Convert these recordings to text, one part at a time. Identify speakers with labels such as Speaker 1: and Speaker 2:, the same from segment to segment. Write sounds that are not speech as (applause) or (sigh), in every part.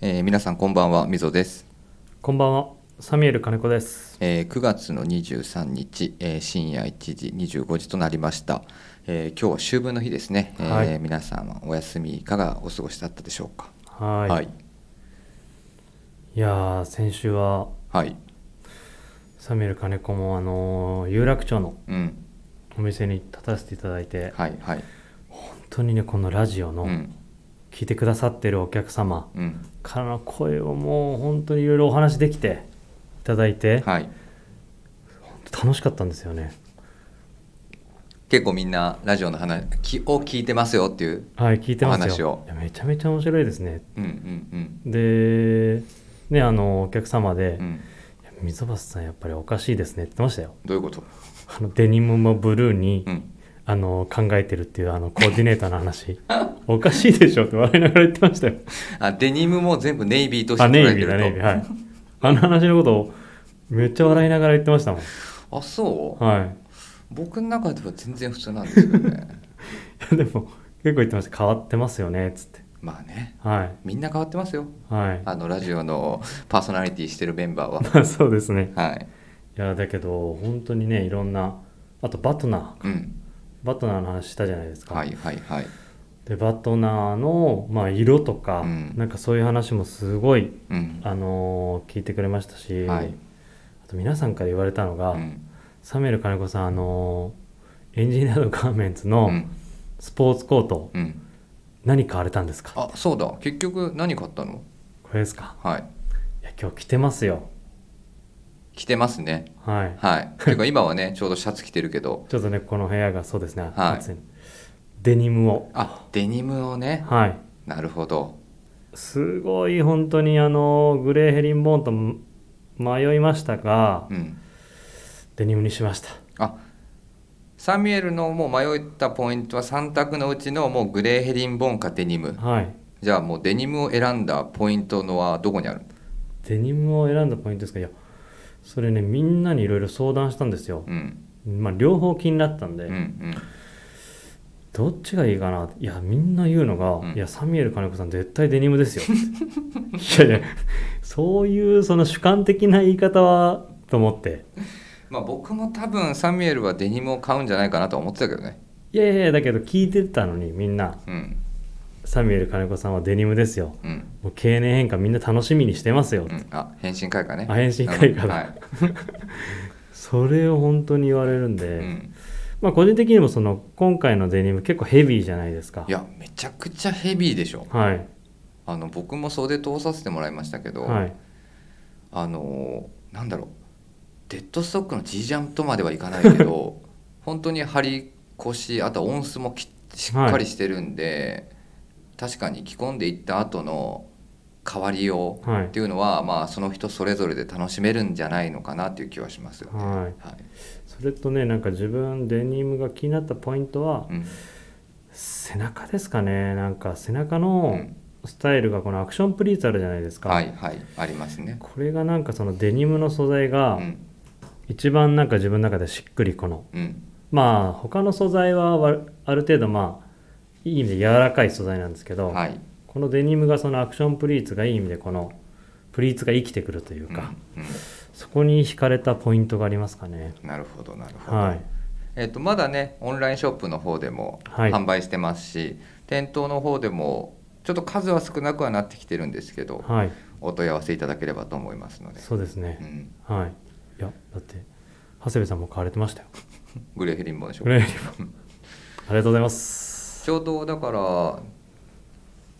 Speaker 1: えー皆さんこんばんはみぞです、
Speaker 2: こんばんは、サミュエル金子です。
Speaker 1: えー9月の23日、えー深夜1時25時となりました、えー今日は秋分の日ですね、えー
Speaker 2: はい
Speaker 1: 皆さんはお休みいかがお過ごしだったでしょうか
Speaker 2: はい,、
Speaker 1: はいい、、
Speaker 2: やー、先週は
Speaker 1: はい
Speaker 2: サミュエル金子もあのー有楽町の
Speaker 1: うん
Speaker 2: お店に立たせていただいて、
Speaker 1: はいはい
Speaker 2: 本当にねこのラジオ
Speaker 1: う
Speaker 2: の
Speaker 1: ん
Speaker 2: 聞いてくださってるお客様
Speaker 1: うん
Speaker 2: からの声をもう本当にいろいろお話できていただいて、
Speaker 1: はい
Speaker 2: 楽しかったんですよね。
Speaker 1: 結構みんなラジオの話きを聞いてますよっていう
Speaker 2: はい、聞いてますよ
Speaker 1: お話を。
Speaker 2: いやめちゃめちゃ面白いですね。
Speaker 1: うんうん
Speaker 2: で、ねあのお客様で、
Speaker 1: うんうん
Speaker 2: いや溝端さんやっぱりおかしいですねって言ってましたよ。
Speaker 1: どういうこと
Speaker 2: あのデニムもブルーに、
Speaker 1: うん
Speaker 2: あの考えてるっていうあのコーディネーターの話 (laughs) おかしいでしょって笑いながら言ってましたよ
Speaker 1: あデニムも全部ネイビーとして
Speaker 2: あ
Speaker 1: 捉
Speaker 2: ネ
Speaker 1: え
Speaker 2: イ
Speaker 1: て
Speaker 2: ビー
Speaker 1: ると
Speaker 2: だネイビーはいあの話のことをめっちゃ笑いながら言ってましたもん
Speaker 1: あそう
Speaker 2: は
Speaker 1: 僕の中では全然普通なんですけどね
Speaker 2: (laughs) いでも結構言ってました変わってますよねっつって
Speaker 1: まあね
Speaker 2: はい
Speaker 1: みんな変わってますよ
Speaker 2: は
Speaker 1: あのラジオのパーソナリティしてるメンバーは。
Speaker 2: い (laughs) そうですね
Speaker 1: はい。
Speaker 2: いやだけど本当にねいろんなあとバトナー
Speaker 1: うん。
Speaker 2: バトナーの話したじゃないですか、
Speaker 1: はいはいはい。
Speaker 2: でバトナーの、まあ、色とか、
Speaker 1: うん
Speaker 2: なんかそういう話もすごい、
Speaker 1: うん。
Speaker 2: あのー聞いてくれましたし、
Speaker 1: はい
Speaker 2: あと皆さんから言われたのが、
Speaker 1: うん。
Speaker 2: サミュエル金子さん、あのーエンジニアードガーメンツの
Speaker 1: うん
Speaker 2: スポーツコート、
Speaker 1: うん。
Speaker 2: 何買われたんですか
Speaker 1: あそうだ。結局何買ったの
Speaker 2: これですか
Speaker 1: はい。
Speaker 2: いや、今日着てますよ。
Speaker 1: 着てますね。
Speaker 2: はい。
Speaker 1: はい。ていうか今はね、ちょうどシャツ着てるけど。
Speaker 2: ちょっとね、この部屋がそうですね、
Speaker 1: はい
Speaker 2: い。デニムを。
Speaker 1: あデニムをね。
Speaker 2: はい。
Speaker 1: なるほど。
Speaker 2: すごい、本当に、あのーグレーヘリンボーンとん迷いましたが、
Speaker 1: うん。
Speaker 2: デニムにしました。
Speaker 1: あサミュエルのもう迷ったポイントは3択のうちのもうグレーヘリンボーンかデニム。
Speaker 2: はい。
Speaker 1: じゃあもうデニムを選んだポイントのはどこにある
Speaker 2: デニムを選んだポイントですかいや、それね、みんなにいろいろ相談したんですよ。
Speaker 1: うん。
Speaker 2: まあ、両方気になったんで、
Speaker 1: うんうん。
Speaker 2: どっちがいいかないやみんな言うのが、
Speaker 1: うん
Speaker 2: いやサミュエル金子さん絶対デニムですよって (laughs) いやいやそういうその主観的な言い方はと思って
Speaker 1: まあ僕も多分サミュエルはデニムを買うんじゃないかなとは思ってたけどね。
Speaker 2: いやいやいやだけど聞いてたのにみんな
Speaker 1: うん
Speaker 2: サミュエル金子さんはデニムですよ
Speaker 1: うん
Speaker 2: もう経年変化みんな楽しみにしてますよ、
Speaker 1: うん、あ返信会かね
Speaker 2: あ返信会か
Speaker 1: うん
Speaker 2: だ
Speaker 1: はい
Speaker 2: それを本当に言われるんで、
Speaker 1: うん、
Speaker 2: まあ個人的にもその今回のデニム結構ヘビーじゃないですか
Speaker 1: いやめちゃくちゃヘビーでしょ
Speaker 2: はい
Speaker 1: あの僕も袖通させてもらいましたけど、
Speaker 2: はい
Speaker 1: あのーなんだろうデッドストックの G ジャンとまではいかないけ
Speaker 2: (laughs)
Speaker 1: ど本当に張り腰あとは音質もきしっかりしてるんで、確かに着込んでいった後の変わりよう
Speaker 2: は
Speaker 1: っ
Speaker 2: い
Speaker 1: ていうのは、まあその人それぞれで楽しめるんじゃないのかなっていう気はしますよね。
Speaker 2: はい
Speaker 1: はい
Speaker 2: それとねなんか自分デニムが気になったポイントは、
Speaker 1: うん
Speaker 2: 背中ですかねなんか背中
Speaker 1: う
Speaker 2: の
Speaker 1: ん
Speaker 2: スタイルがこのアクションプリーツあるじゃないですか、
Speaker 1: はいはいありますね。
Speaker 2: これがなんかそのデニムの素材
Speaker 1: う
Speaker 2: が
Speaker 1: ん
Speaker 2: 一番なんか自分の中でしっくりこの
Speaker 1: うん
Speaker 2: まあ他の素材はわある程度まあいい意味で柔らかい素材なんですけど、
Speaker 1: はい。
Speaker 2: このデニムがそのアクションプリーツがいい意味でこのプリーツが生きてくるというか、
Speaker 1: うん
Speaker 2: そこに惹かれたポイントがありますかね
Speaker 1: うんなるほどなるほど。
Speaker 2: はい
Speaker 1: えっ、とまだねオンラインショップの方でも
Speaker 2: はい
Speaker 1: 販売してますし、店頭の方でもちょっと数は少なくはなってきてるんですけど、
Speaker 2: はい
Speaker 1: お問い合わせいただければと思いますので。
Speaker 2: そうです
Speaker 1: う
Speaker 2: ね、
Speaker 1: ん。
Speaker 2: はいいやだって長谷部さんも買われてましたよ
Speaker 1: グレーヘリンボーでしょ
Speaker 2: グ。レーリボンありがとうございます
Speaker 1: ちょうどだから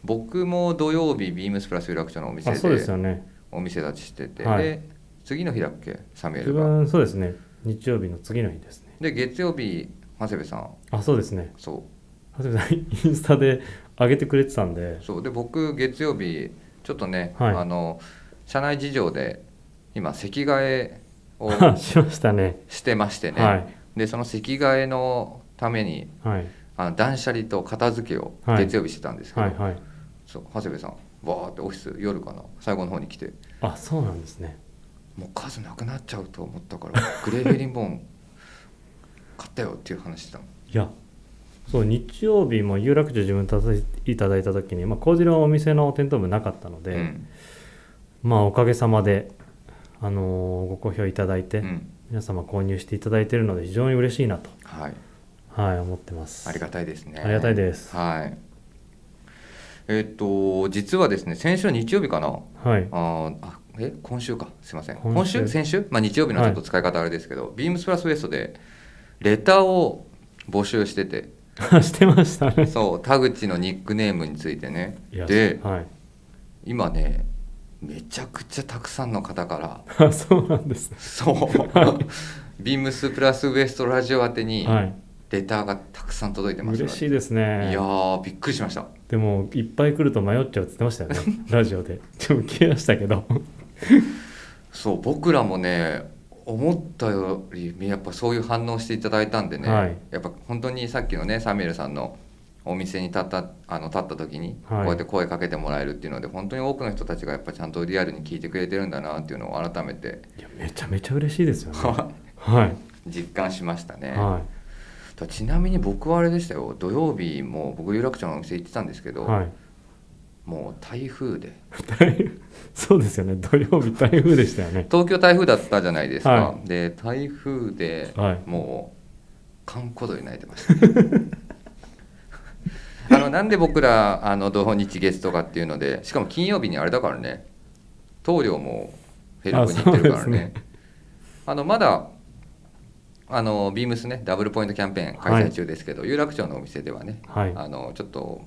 Speaker 1: 僕も土曜日ビームスプラス有楽町のお店
Speaker 2: あそうです
Speaker 1: で
Speaker 2: よね
Speaker 1: お店立ちしてて、
Speaker 2: はい
Speaker 1: で次の日だっけサミュエ
Speaker 2: 自
Speaker 1: ルが。
Speaker 2: 分そうですね日曜日の次の日ですね
Speaker 1: で月曜日長谷部さん
Speaker 2: あそうですね
Speaker 1: そう
Speaker 2: 長谷部さんインスタで上げてくれてたんで
Speaker 1: そうで僕月曜日ちょっとね、
Speaker 2: はい
Speaker 1: あの社内事情で今席替え
Speaker 2: (laughs)
Speaker 1: を
Speaker 2: しましたね
Speaker 1: してましてね、
Speaker 2: はい
Speaker 1: でその席替えのために
Speaker 2: はい
Speaker 1: あの断捨離と片付けを
Speaker 2: はい
Speaker 1: 月曜日してたんですけど、
Speaker 2: はいはい
Speaker 1: そう長谷部さんわーってオフィス夜かな最後の方に来て
Speaker 2: あそうなんですね
Speaker 1: もう数なくなっちゃうと
Speaker 2: (laughs)
Speaker 1: 思ったからグレーヘリンボーン買ったよっていう話してたの
Speaker 2: いやそう日曜日も有楽町自分たたいただいた時に、まあ、麹のお店の店頭部なかったので、
Speaker 1: うん
Speaker 2: まあおかげさまで、あのーご好評いただいて、
Speaker 1: うん
Speaker 2: 皆様購入していただいているので非常に嬉しいなと、
Speaker 1: はい
Speaker 2: はい、思ってます
Speaker 1: ありがたいですね
Speaker 2: ありがたいです
Speaker 1: はいえっと実はですね先週の日曜日かな
Speaker 2: はい
Speaker 1: あーあえ今週かすいません
Speaker 2: 今週
Speaker 1: 今週先週、まあ、日曜日のちょっと使い方あれですけど、ビームスプラスウエストでレターを募集して
Speaker 2: (laughs)
Speaker 1: て
Speaker 2: してましたね
Speaker 1: そう田口のニックネームについてね
Speaker 2: いや
Speaker 1: で
Speaker 2: はい
Speaker 1: 今ねめちゃくちゃたくさんの方から
Speaker 2: (laughs) あそうなんですね
Speaker 1: そう、ビームスプラスウエストラジオ宛てに
Speaker 2: はい
Speaker 1: レターがたくさん届いてました
Speaker 2: 嬉しいですね
Speaker 1: いやーびっくりしました
Speaker 2: でもいっぱい来ると迷っちゃうって言ってましたよね
Speaker 1: (laughs)
Speaker 2: ラジオででも消えましたけど
Speaker 1: そう僕らもね思ったよりやっぱそういう反応していただいたんでね、
Speaker 2: はい
Speaker 1: やっぱ本当にさっきのねサミュエルさんのお店に立ったあの立った時にこ
Speaker 2: はいう
Speaker 1: やって声かけてもらえるっていうので、本当に多くの人たちがやっぱちゃんとリアルに聞いてくれてるんだなっていうのを改めて
Speaker 2: いやめちゃめちゃ嬉しいですよねはい
Speaker 1: 実感しましたね、
Speaker 2: は
Speaker 1: とちなみに僕はあれでしたよ土曜日も僕有楽町のお店行ってたんですけ
Speaker 2: い
Speaker 1: ど、
Speaker 2: はい
Speaker 1: もう台風で
Speaker 2: 台そうですよね土曜日台風でしたよ
Speaker 1: (laughs)
Speaker 2: ね
Speaker 1: 東京台風だったじゃないですか、
Speaker 2: は
Speaker 1: で台風で
Speaker 2: はい
Speaker 1: もう閑古鳥泣いてま
Speaker 2: (laughs)
Speaker 1: した、ね、あのなんで僕らあの土日月とかっていうのでしかも金曜日にあれだからね棟梁もフェルプに行ってるか
Speaker 2: あ
Speaker 1: ら
Speaker 2: そう
Speaker 1: ね
Speaker 2: です
Speaker 1: あのまだあのビームスねダブルポイントキャンペーン開催中ですけど、有楽町のお店ではね
Speaker 2: はい
Speaker 1: あのちょっと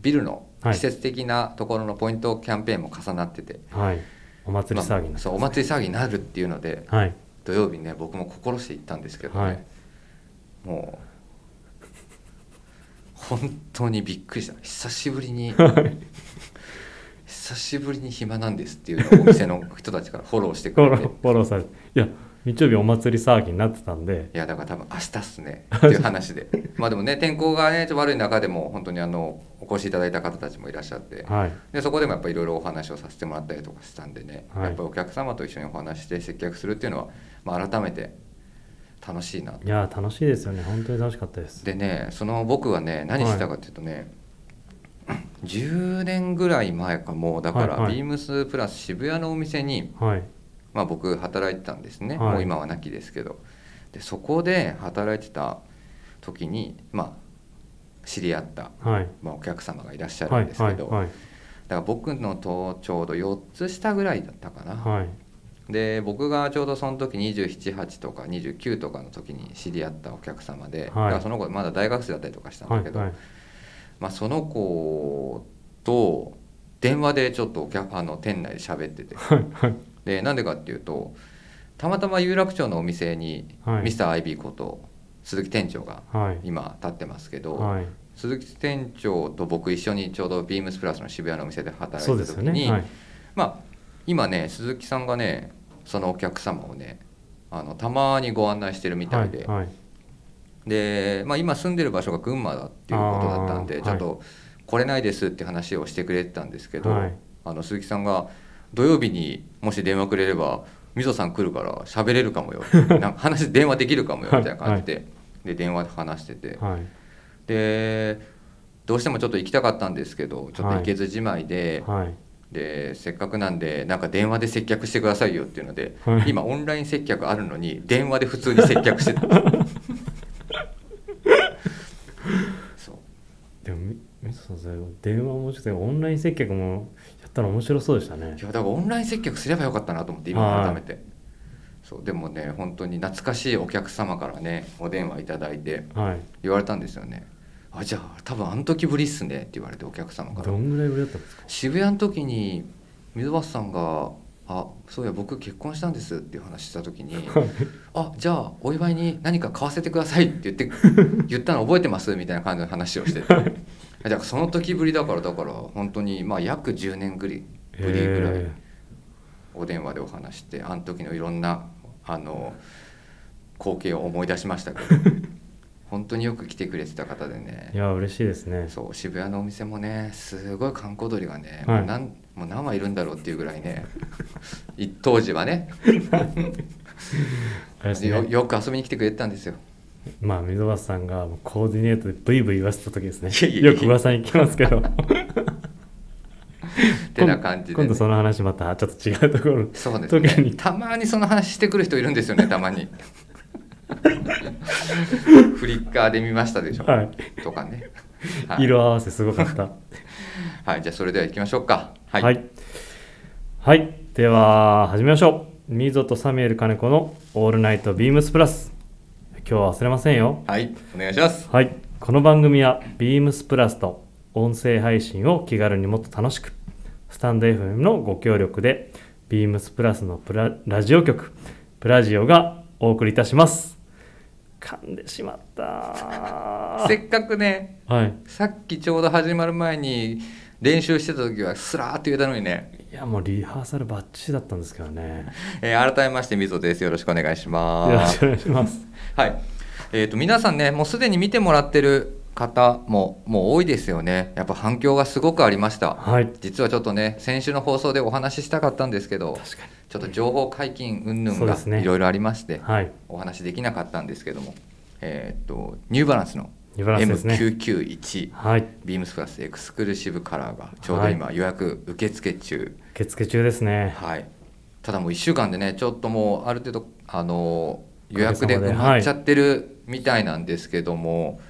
Speaker 1: ビルの
Speaker 2: はい
Speaker 1: 季節的なところのポイントキャンペーンも重なってて、
Speaker 2: はいお祭り騒ぎに
Speaker 1: ま
Speaker 2: な
Speaker 1: あそうお祭り騒ぎになるっていうので
Speaker 2: はい
Speaker 1: 土曜日ね僕も心して行ったんですけどね、
Speaker 2: はい
Speaker 1: もう本当にびっくりした久しぶり
Speaker 2: (laughs)
Speaker 1: に久しぶりに暇なんですっていうのをお店の人たちからフォローして
Speaker 2: フ
Speaker 1: く
Speaker 2: ォロ
Speaker 1: れ
Speaker 2: ー
Speaker 1: てい
Speaker 2: フォローされていや日曜日お祭り騒ぎになってたんで
Speaker 1: やだから多分明日っす
Speaker 2: (laughs)
Speaker 1: ねっていう話でまあでもね天候がねちょっと悪い中でも本当にあのお越しいただいた方たちもいらっしゃって
Speaker 2: はい
Speaker 1: でそこでもやっぱいろいろお話をさせてもらったりとかしたんでね、
Speaker 2: はい
Speaker 1: やっぱりお客様と一緒にお話しして接客するっていうのは、まあ、改めて楽しいない
Speaker 2: やー楽しいですよね本当に楽しかったです
Speaker 1: でねその僕はね何してたかっていうとね、10年ぐらい前かもうだから、
Speaker 2: はいはい
Speaker 1: ビームスプラス渋谷のお店に、
Speaker 2: はい
Speaker 1: まあ、僕働いてたんですね、
Speaker 2: はい
Speaker 1: もう今はなきですけどでそこで働いてた時に、まあ、知り合った、
Speaker 2: はい
Speaker 1: まあ、お客様がいらっしゃ
Speaker 2: は
Speaker 1: る
Speaker 2: い
Speaker 1: んですけ
Speaker 2: はい
Speaker 1: ど、
Speaker 2: はい
Speaker 1: だから僕のとちょうど4つ下ぐらいだったかな、
Speaker 2: はい
Speaker 1: で僕がちょうどその時278とか29とかの時に知り合ったお客様で、だからその子まだ大学生だったりとかしたんだ
Speaker 2: は
Speaker 1: け
Speaker 2: い
Speaker 1: ど、
Speaker 2: はい
Speaker 1: まあ、その子と電話でちょっとお客あの店内で喋ってて
Speaker 2: はい
Speaker 1: でなんでかっていうとたまたま有楽町のお店に、
Speaker 2: はい
Speaker 1: ミスターアイビーこと鈴木店長が
Speaker 2: はい
Speaker 1: 今立ってますけど、
Speaker 2: はい
Speaker 1: 鈴木店長と僕一緒にちょうどビームスプラスの渋谷のお店で働
Speaker 2: そう
Speaker 1: い
Speaker 2: で
Speaker 1: て
Speaker 2: す
Speaker 1: た
Speaker 2: よ
Speaker 1: 時
Speaker 2: ね
Speaker 1: に、
Speaker 2: はい
Speaker 1: まあ今ね鈴木さんがねそのお客様をねあのたまにご案内してるみたいで、
Speaker 2: はいはい
Speaker 1: で、まあ、今住んでる場所が群馬だっていうことだったんで
Speaker 2: あー
Speaker 1: ちょっと来れないですって話をしてくれてたんですけど、
Speaker 2: はい
Speaker 1: あの鈴木さんが土曜日にもし電話くれればみぞさん来るから喋れるかも
Speaker 2: (laughs)
Speaker 1: よなんか話電話できるかもよみたいな感じで,、で電話で話してて
Speaker 2: はい
Speaker 1: でどうしてもちょっと行きたかったんですけどちょっと行けずじまいで、
Speaker 2: はい
Speaker 1: でせっかくなんでなんか電話で接客してくださいよっていうので、
Speaker 2: は
Speaker 1: (laughs)
Speaker 2: い
Speaker 1: 今オンライン接客あるのに電話で普通に接客
Speaker 2: (laughs)
Speaker 1: してたそう
Speaker 2: でもみみそさんそれ電話もちょっとオンライン接客もやったら面白そうでしたね
Speaker 1: いやだからオンライン接客すればよかったなと思って
Speaker 2: は
Speaker 1: 今改
Speaker 2: い
Speaker 1: めて、そうでもね本当に懐かしいお客様からねお電話いただいて
Speaker 2: はい
Speaker 1: 言われたんですよねあじゃあ多分あの時ぶりっすねって言われてお客様から
Speaker 2: どんぐらいぶりだったん
Speaker 1: (laughs)
Speaker 2: ですか
Speaker 1: 渋谷の時に水橋さんが「あそういや僕結婚したんです」っていう話した時
Speaker 2: (laughs)
Speaker 1: に「あじゃあお祝いに何か買わせてください」って言って
Speaker 2: (laughs)
Speaker 1: 言ったの覚えてますみたいな感じの話をしててだからその時ぶりだからだから本当にまあ約10年ぐりぶりぐらい
Speaker 2: え
Speaker 1: お電話でお話してあの時のいろんなあの光景を思い出しました
Speaker 2: (laughs)
Speaker 1: けど本当によく来てくれてた方でね
Speaker 2: ーいや嬉しいですね
Speaker 1: そう渋谷のお店もねすごい観光鳥がね、
Speaker 2: はい
Speaker 1: もうなんもう何羽いるんだろうっていうぐらい
Speaker 2: (laughs)
Speaker 1: ねい当時はね
Speaker 2: あれです
Speaker 1: よ
Speaker 2: ね
Speaker 1: よく遊びに来てくれてたんですよ
Speaker 2: まあ溝端さんがもうコーディネートでブイブイ言わせた時ですね
Speaker 1: いやいやいや
Speaker 2: よく噂に聞きます
Speaker 1: (laughs)
Speaker 2: けど
Speaker 1: てな感じでね、
Speaker 2: 今度その話またちょっと違うところ
Speaker 1: そうですね
Speaker 2: 時に
Speaker 1: たまにその話してくる人いるんですよねたま
Speaker 2: (laughs)
Speaker 1: にフリッカーで見ましたでしょ、
Speaker 2: は
Speaker 1: とかね、はい
Speaker 2: い、色合わせすごかった
Speaker 1: はい、じゃあそれでは行きましょうかはい、
Speaker 2: はい、はいでは始めましょうミゾとサミュエル金子の「オールナイトビームスプラス」今日は忘れませんよ
Speaker 1: はい、お願いします
Speaker 2: はいこの番組はビームスプラスと音声配信を気軽にもっと楽しくスタンド FM のご協力でビームスプラスのプララジオ局プラジオがお送りいたします噛んでしまった
Speaker 1: せっかくね
Speaker 2: はい
Speaker 1: さっきちょうど始まる前に練習してた時はスラーって言えたのにね、
Speaker 2: いやもうリハーサルバッチリだったんですけどね
Speaker 1: えー改めましてみぞですよろしくお願いし
Speaker 2: よろ
Speaker 1: ま
Speaker 2: し
Speaker 1: す
Speaker 2: くお願いします
Speaker 1: はいえー、と皆さんねもうすでに見てもらってる方ももう多いですよねやっぱ反響がすごくありました
Speaker 2: はい
Speaker 1: 実はちょっとね先週の放送でお話ししたかったんですけど
Speaker 2: 確か
Speaker 1: ちょっと情報解禁云
Speaker 2: そうです
Speaker 1: 々が
Speaker 2: ね
Speaker 1: いろいろありまして、
Speaker 2: にはい
Speaker 1: お話できなかったんですけども、えー、とニューバランスの
Speaker 2: ニューバランスですね
Speaker 1: M991、
Speaker 2: はい
Speaker 1: ビームスプラスエクスクルーシブカラーがちょうど今予約受付中、
Speaker 2: 受付中ですね
Speaker 1: はいただもう1週間でねちょっともうある程度あの
Speaker 2: お
Speaker 1: 予
Speaker 2: かげ
Speaker 1: 約
Speaker 2: さまで
Speaker 1: で埋まっちゃってるみたいなんですけども、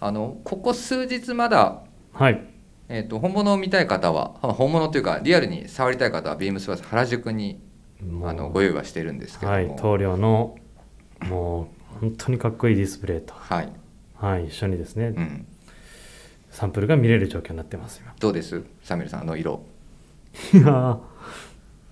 Speaker 1: あのここ数日まだ、
Speaker 2: はい
Speaker 1: えー、と本物を見たい方は (laughs) あ本物というかリアルに触りたい方はビームスプラス原宿に
Speaker 2: もう
Speaker 1: あのご用意はしてるんですけども、
Speaker 2: はい棟梁のもう本当にかっこいいディスプレイと
Speaker 1: はい
Speaker 2: はい一緒にですね、
Speaker 1: うん、
Speaker 2: サンプルが見れる状況になってます
Speaker 1: どうですサミュエルさんあの色
Speaker 2: 今いや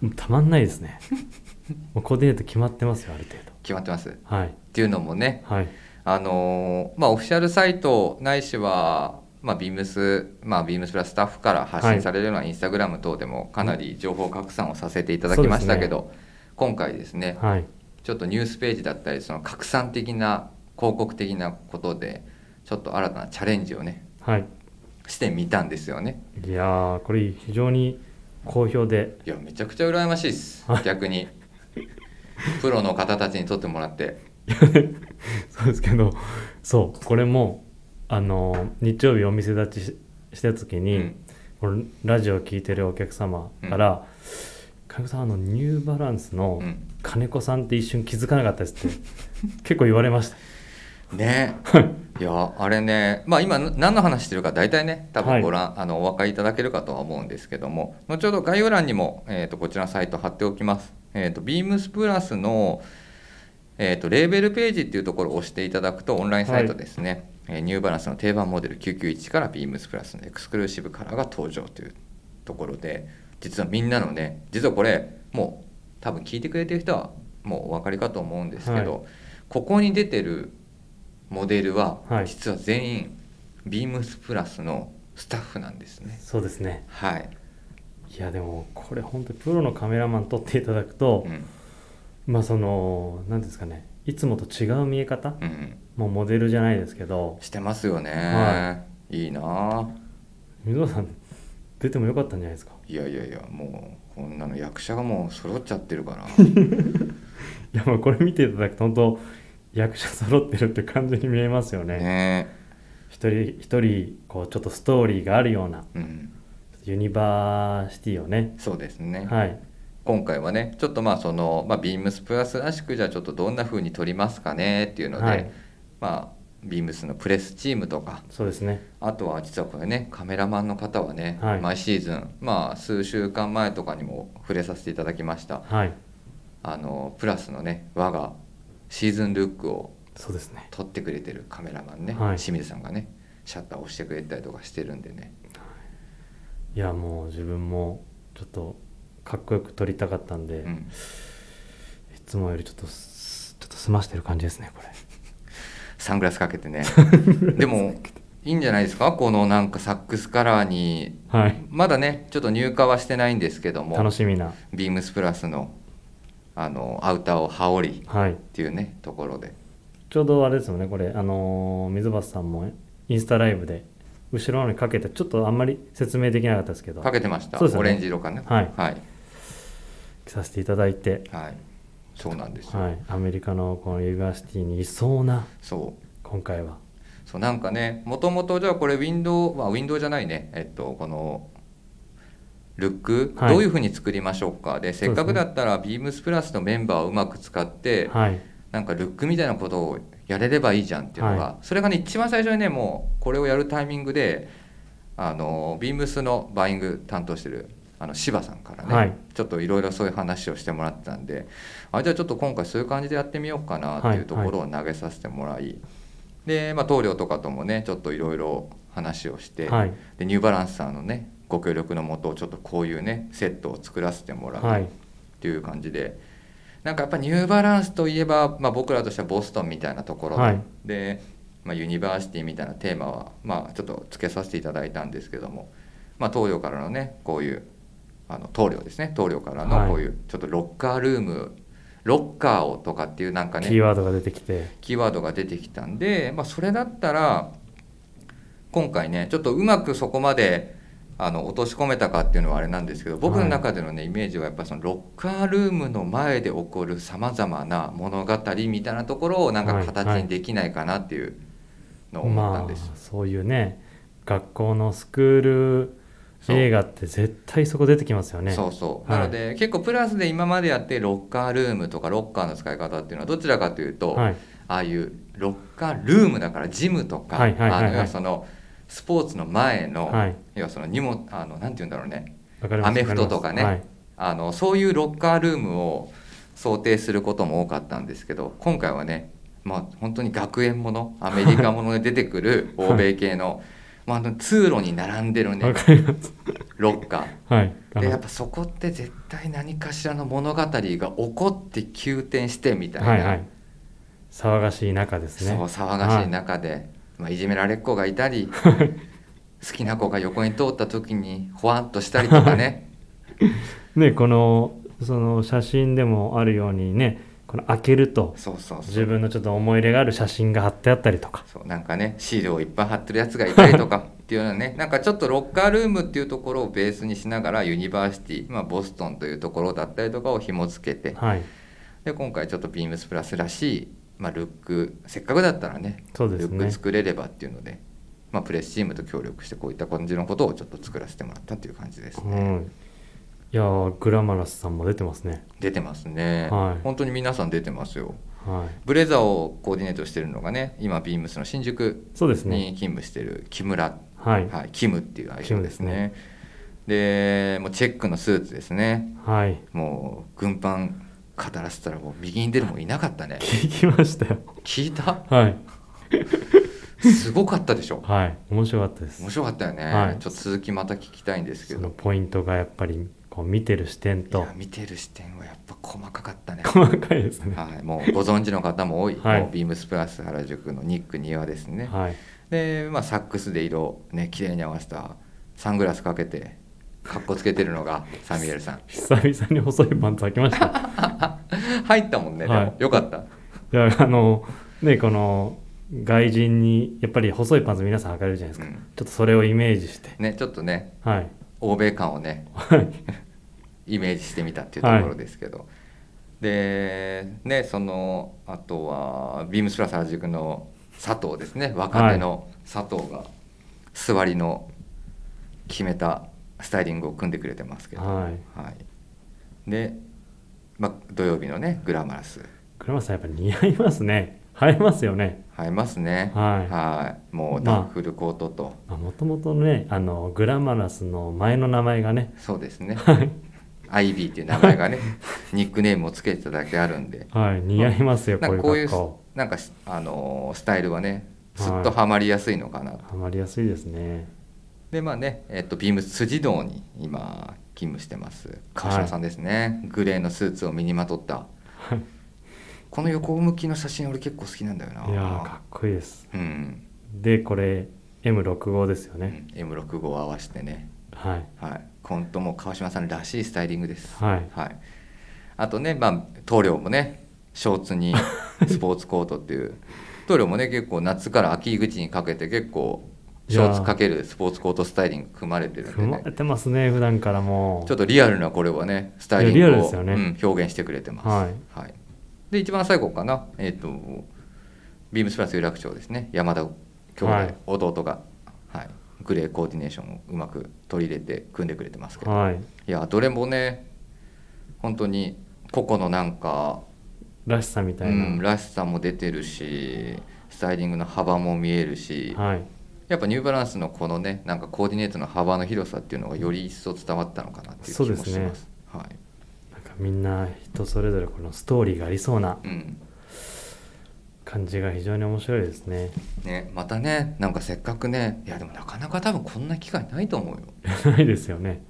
Speaker 2: ーたまんないですね (laughs) もうコーディネート決まってますよある程度
Speaker 1: 決まってますっ
Speaker 2: はい
Speaker 1: ていうのもね
Speaker 2: はい
Speaker 1: あのーまあ、オフィシャルサイトないしは、まあ、ビームス、まあ、ビームスプラススタッフから発信されるようなインスタグラム等でもかなり情報拡散をさせていただきましたけど、今回ですね
Speaker 2: はい
Speaker 1: ちょっとニュースページだったりその拡散的な広告的なことでちょっと新たなチャレンジをね
Speaker 2: はい
Speaker 1: してみたんですよね
Speaker 2: いやーこれ非常に好評で (laughs)
Speaker 1: いやめちゃくちゃ羨ましいです
Speaker 2: はい
Speaker 1: 逆にプロの方たちに撮ってもらって
Speaker 2: そうですけどそうこれもあのー日曜日お店立ちしした時に、
Speaker 1: うん
Speaker 2: このラジオを聞いてるお客様から「金子さんあのニューバランスの
Speaker 1: うん
Speaker 2: 金子さんって一瞬気づかなかったです」って
Speaker 1: (laughs)
Speaker 2: 結構言われました (laughs)
Speaker 1: ね
Speaker 2: はい
Speaker 1: いやあれね、まあ、今な何の話してるか大体ね多
Speaker 2: は
Speaker 1: 分
Speaker 2: い
Speaker 1: ご覧、あのお分かりいただけるかとは思うんですけども後ほど概要欄にも、えー、とこちらのサイト貼っておきます、えー、とビームスプラスの、えー、とレーベルページっていうところを押していただくとオンラインサイトですね、えーニューバランスの定番モデル991からビームスプラスのエクスクルーシブカラーが登場というところで実はみんなのね実はこれもう多分聞いてくれてる人はもうお分かりかと思うんですけど、
Speaker 2: は
Speaker 1: ここに出てるモデルは、
Speaker 2: はい
Speaker 1: 実は全員ビームスプラスのスタッフなんですね
Speaker 2: そうですね
Speaker 1: はい、
Speaker 2: いやでもこれ本当にプロのカメラマン撮っていただくと
Speaker 1: う、ん
Speaker 2: まあその何ですかねいつもと違う見え方
Speaker 1: うん、
Speaker 2: もうモデルじゃないですけど
Speaker 1: してますよね、、
Speaker 2: はい
Speaker 1: いなあ
Speaker 2: 水野さん出てもよかったんじゃないですか
Speaker 1: いやいやいやもうこんなの役者がもう揃っちゃってるから
Speaker 2: いやまあこれ見ていただくと本当役者揃ってるって感じに見えますよね (laughs)
Speaker 1: ね
Speaker 2: 一人一人こうちょっとストーリーがあるような
Speaker 1: うん、
Speaker 2: ユニバーシティをね、
Speaker 1: そうですね、
Speaker 2: はい、
Speaker 1: 今回はねちょっとまあその、まあ、ビームスプラスらしくじゃあちょっとどんな風に撮りますかねっていうので、
Speaker 2: はい
Speaker 1: まあビームスのプレスチームとか
Speaker 2: そうですね、
Speaker 1: あとは実はこれねカメラマンの方はね、
Speaker 2: はい
Speaker 1: 毎シーズンまあ数週間前とかにも触れさせていただきました
Speaker 2: はい、
Speaker 1: あのプラスのね我がシーズンルックを
Speaker 2: そうですね、
Speaker 1: 撮ってくれてるカメラマンね、
Speaker 2: はい
Speaker 1: 清水さんがねシャッターを押してくれたりとかしてるんでね
Speaker 2: いや、もう自分もちょっとかっこよく撮りたかったんで、
Speaker 1: う
Speaker 2: い
Speaker 1: ん
Speaker 2: つもよりちょっとす、ちょっと済ましてる感じですね、これ。
Speaker 1: サングラスかけて
Speaker 2: (laughs)
Speaker 1: ねでもいいんじゃないですかこのなんかサックスカラーに
Speaker 2: はい、
Speaker 1: まだねちょっと入荷はしてないんですけども
Speaker 2: 楽しみな、
Speaker 1: ビームスプラスのあのアウターを羽織りっ
Speaker 2: はい、
Speaker 1: ていうねところで
Speaker 2: ちょうどあれですよね、これ、あのー水橋さんもインスタライブで、後ろの方にかけて、ちょっとあんまり説明できなかったですけど、
Speaker 1: かけてました、
Speaker 2: そうです
Speaker 1: オ
Speaker 2: よね
Speaker 1: レンジ色かな
Speaker 2: はい
Speaker 1: はい
Speaker 2: 着させていただいて、
Speaker 1: はいそうなんですよ、
Speaker 2: はい、アメリカのこのユニバーシティにいそうな
Speaker 1: そう
Speaker 2: 今回は
Speaker 1: そうなんかねもともとじゃあこれウィンドウ、まあ、ウィンドウじゃないねえっとこのルック、
Speaker 2: はい
Speaker 1: どういうふうに作りましょうかでせっか
Speaker 2: そうで
Speaker 1: く
Speaker 2: すね
Speaker 1: だったらビームスプラスのメンバーをうまく使って、
Speaker 2: はい
Speaker 1: なんかルックみたいなことをやれればいいじゃんっていうのが、
Speaker 2: は
Speaker 1: それがね一番最初にねもうこれをやるタイミングであのビームスのバイング担当してるあの柴さんからね、
Speaker 2: はい
Speaker 1: ちょっといろいろそういう話をしてもらってたんであじゃあちょっと今回そういう感じでやってみようかなっていうところを投げさせてもらい、で、まあ、棟梁とかともねちょっといろいろ話をして、
Speaker 2: はい
Speaker 1: でニューバランスさんのねご協力のもとちょっとこういうねセットを作らせてもらう
Speaker 2: はい
Speaker 1: っていう感じでなんかやっぱニューバランスといえば、まあ、僕らとしてはボストンみたいなところで,、
Speaker 2: はい
Speaker 1: まあ、ユニバーシティみたいなテーマは、まあ、ちょっとつけさせていただいたんですけども、まあ、東洋からのねこういうあの東洋ですね東洋から
Speaker 2: はい
Speaker 1: のこういうちょっとロッカールーム、ロッカーをとかっていうなんかね
Speaker 2: キーワードが出てきて
Speaker 1: キーワードが出てきたんで、まあ、それだったら今回ねちょっとうまくそこまであの落とし込めたかっていうのはあれなんですけど僕の中でのねイメージはやっぱそのロッカールームの前で起こるさまざまな物語みたいなところをなんか形にできないかなっていうのを思ったん
Speaker 2: ま
Speaker 1: です。
Speaker 2: あそういうね学校のスクー
Speaker 1: そう
Speaker 2: ル映画って絶対そこ出てきますよね
Speaker 1: そうそう
Speaker 2: は
Speaker 1: ないので、結構プラスで今までやってロッカールームとかロッカーの使い方っていうのはどちらかというと、
Speaker 2: はい
Speaker 1: ああいうロッカールームだからジムとか、
Speaker 2: はいはいはいはい
Speaker 1: あの要はそのスポーツの前の、
Speaker 2: はい
Speaker 1: 要はその荷物あのなんて言うんだろうね
Speaker 2: わかります
Speaker 1: アメフトとかね
Speaker 2: わります
Speaker 1: あのそういうロッカールームを想定することも多かったんですけど今回はね、まあ、本当に学園ものアメリカもので出てくる
Speaker 2: はい
Speaker 1: 欧米系の,、まあ、あの通路に並んでる
Speaker 2: はい、わ
Speaker 1: ね
Speaker 2: かります
Speaker 1: ロッカ
Speaker 2: はいあ
Speaker 1: ー
Speaker 2: の
Speaker 1: でやっぱそこって絶対何かしらの物語が起こって急転してみたいな、
Speaker 2: はいはい騒がしい中です
Speaker 1: そう
Speaker 2: ね
Speaker 1: 騒がしい中で、いまあ、いじめられっ子がいた
Speaker 2: (laughs)
Speaker 1: り好きな子が横に通った時にほわっとしたりとか
Speaker 2: (laughs)
Speaker 1: ね
Speaker 2: ねこのその写真でもあるようにねこの開けると
Speaker 1: そうそうそう
Speaker 2: 自分のちょっと思い入れがある写真が貼ってあったりとか
Speaker 1: そうなんかねシールをいっぱい貼ってるやつがいたりと
Speaker 2: (laughs)
Speaker 1: かっていうようなねなんかちょっとロッカールームっていうところをベースにしながらユニバーシティ、まあ、ボストンというところだったりとかを紐付けて
Speaker 2: はい
Speaker 1: で今回ちょっとビームスプラスらしい、まあ、ルックせっかくだったらね
Speaker 2: そうです
Speaker 1: ルッ
Speaker 2: ね
Speaker 1: ク作れればっていうので、まあ、プレスチームと協力してこういった感じのことをちょっと作らせてもらったっていう感じです
Speaker 2: う
Speaker 1: ね。
Speaker 2: んいやーグラマラスさんも出てますね
Speaker 1: 出てますね、
Speaker 2: はい
Speaker 1: 本当に皆さん出てますよ
Speaker 2: はい
Speaker 1: ブレザーをコーディネートしてるのがね今ビームスの新宿
Speaker 2: そうですね
Speaker 1: に勤務してる木村、
Speaker 2: はい
Speaker 1: はい、キムっていう愛称です
Speaker 2: キム
Speaker 1: ねでもうチェックのスーツですね
Speaker 2: はい
Speaker 1: もう軍パン語らせたらもう右に出るもんいなかったね
Speaker 2: 聞きましたよ
Speaker 1: 聞いた
Speaker 2: はい
Speaker 1: すごかったでしょ
Speaker 2: はい面白かったです
Speaker 1: 面白かったよね、
Speaker 2: はい
Speaker 1: ちょっと続きまた聞きたいんですけ
Speaker 2: その
Speaker 1: ど
Speaker 2: ポイントがやっぱりこう見てる視点
Speaker 1: い
Speaker 2: と
Speaker 1: や見てる視点はやっぱ細かかったね
Speaker 2: 細かいですね
Speaker 1: はい、もうご存知の方も多い、
Speaker 2: はい
Speaker 1: もうビームスプラス原宿のニック庭ですね、
Speaker 2: はい
Speaker 1: で、まあ、サックスで色をね綺麗に合わせたサングラスかけてかっこつけてるの
Speaker 2: (laughs)
Speaker 1: がサミュエルさん
Speaker 2: 久々に細いパンツ開きました
Speaker 1: (laughs) 入ったもんね、
Speaker 2: は
Speaker 1: で
Speaker 2: い
Speaker 1: もよかった
Speaker 2: いやあのねこの外人にやっぱり細いパンツ皆さん履かれるじゃないですか、
Speaker 1: うん
Speaker 2: ちょっとそれをイメージして
Speaker 1: ねちょっとね
Speaker 2: はい
Speaker 1: 欧米感をね
Speaker 2: はい
Speaker 1: イメージしてみたっていうところですけど、でねそのあとはビームスプラス原宿の佐藤ですね若手の佐藤が座りの決めたスタイリングを組んでくれてますけど、
Speaker 2: はい
Speaker 1: はい、で、まあ、土曜日のねグラマラス
Speaker 2: 倉松さんやっぱ似合いますね映えますよね
Speaker 1: 映えますね
Speaker 2: はい
Speaker 1: いもう
Speaker 2: まあ
Speaker 1: ダッフルコートと、
Speaker 2: もともとねあのグラマラスの前の名前がね
Speaker 1: そうですね
Speaker 2: (laughs) はい
Speaker 1: アイビーっていう名前がね (laughs) ニックネームをつけてただけあるんで
Speaker 2: はい似合いますよ
Speaker 1: な
Speaker 2: こ
Speaker 1: ん
Speaker 2: うい
Speaker 1: か
Speaker 2: う
Speaker 1: こういう
Speaker 2: 格好
Speaker 1: なんかし、あのースタイルはね
Speaker 2: はい
Speaker 1: すっとはまりやすいのかなと、
Speaker 2: はまりやすいですね
Speaker 1: でまあね、えっとビームス辻堂に今勤務してます川島さんですね、グレーのスーツを身にまとった
Speaker 2: はい
Speaker 1: この横向きの写真俺結構好きなんだよない
Speaker 2: やーかっこいいです
Speaker 1: うん、
Speaker 2: でこれ M65 ですよ
Speaker 1: う
Speaker 2: ね、
Speaker 1: ん M65 を合わせてね
Speaker 2: はい
Speaker 1: はい、本当もう川島さんらしいスタイリングです。
Speaker 2: はい
Speaker 1: あとね、まあ、棟梁もね、ショーツ
Speaker 2: (laughs)
Speaker 1: にスポーツコートっていう、棟梁もね、結構夏から秋口にかけて、結構、ショーツかけるスポーツコートスタイリング組まれてるんで
Speaker 2: 組ま
Speaker 1: ね
Speaker 2: れ、てますね普段からも
Speaker 1: ちょ
Speaker 2: う
Speaker 1: っとリアルなこれはね、スタイリン
Speaker 2: いやリア
Speaker 1: グ
Speaker 2: ル
Speaker 1: を
Speaker 2: ですよね
Speaker 1: うん表現してくれてます。
Speaker 2: は
Speaker 1: はいいで一番最後かなえっ、とビームスプラス有楽町ですね山田兄弟、
Speaker 2: はい
Speaker 1: 弟が、はい、グレーコーディネーションをうまく取り入れて組んでくれてますけど、
Speaker 2: はい
Speaker 1: い、やどれもね本当に個々のなんから
Speaker 2: しさみたい
Speaker 1: うん、
Speaker 2: な、
Speaker 1: らしさも出てるしスタイリングの幅も見えるし、
Speaker 2: はい
Speaker 1: やっぱニューバランスのこのねなんかコーディネートの幅の広さっていうのがより一層伝わったのかなっていう気
Speaker 2: そうで
Speaker 1: もし
Speaker 2: す
Speaker 1: ま
Speaker 2: ね
Speaker 1: すはい
Speaker 2: なんかみんな人それぞれこのストーリーがありそうな
Speaker 1: うん
Speaker 2: 感じが非常に面白いですね (laughs)
Speaker 1: ね、またねなんかせっかくねいやでもなかなか多分こんな機会ないと思うよ
Speaker 2: ないですよね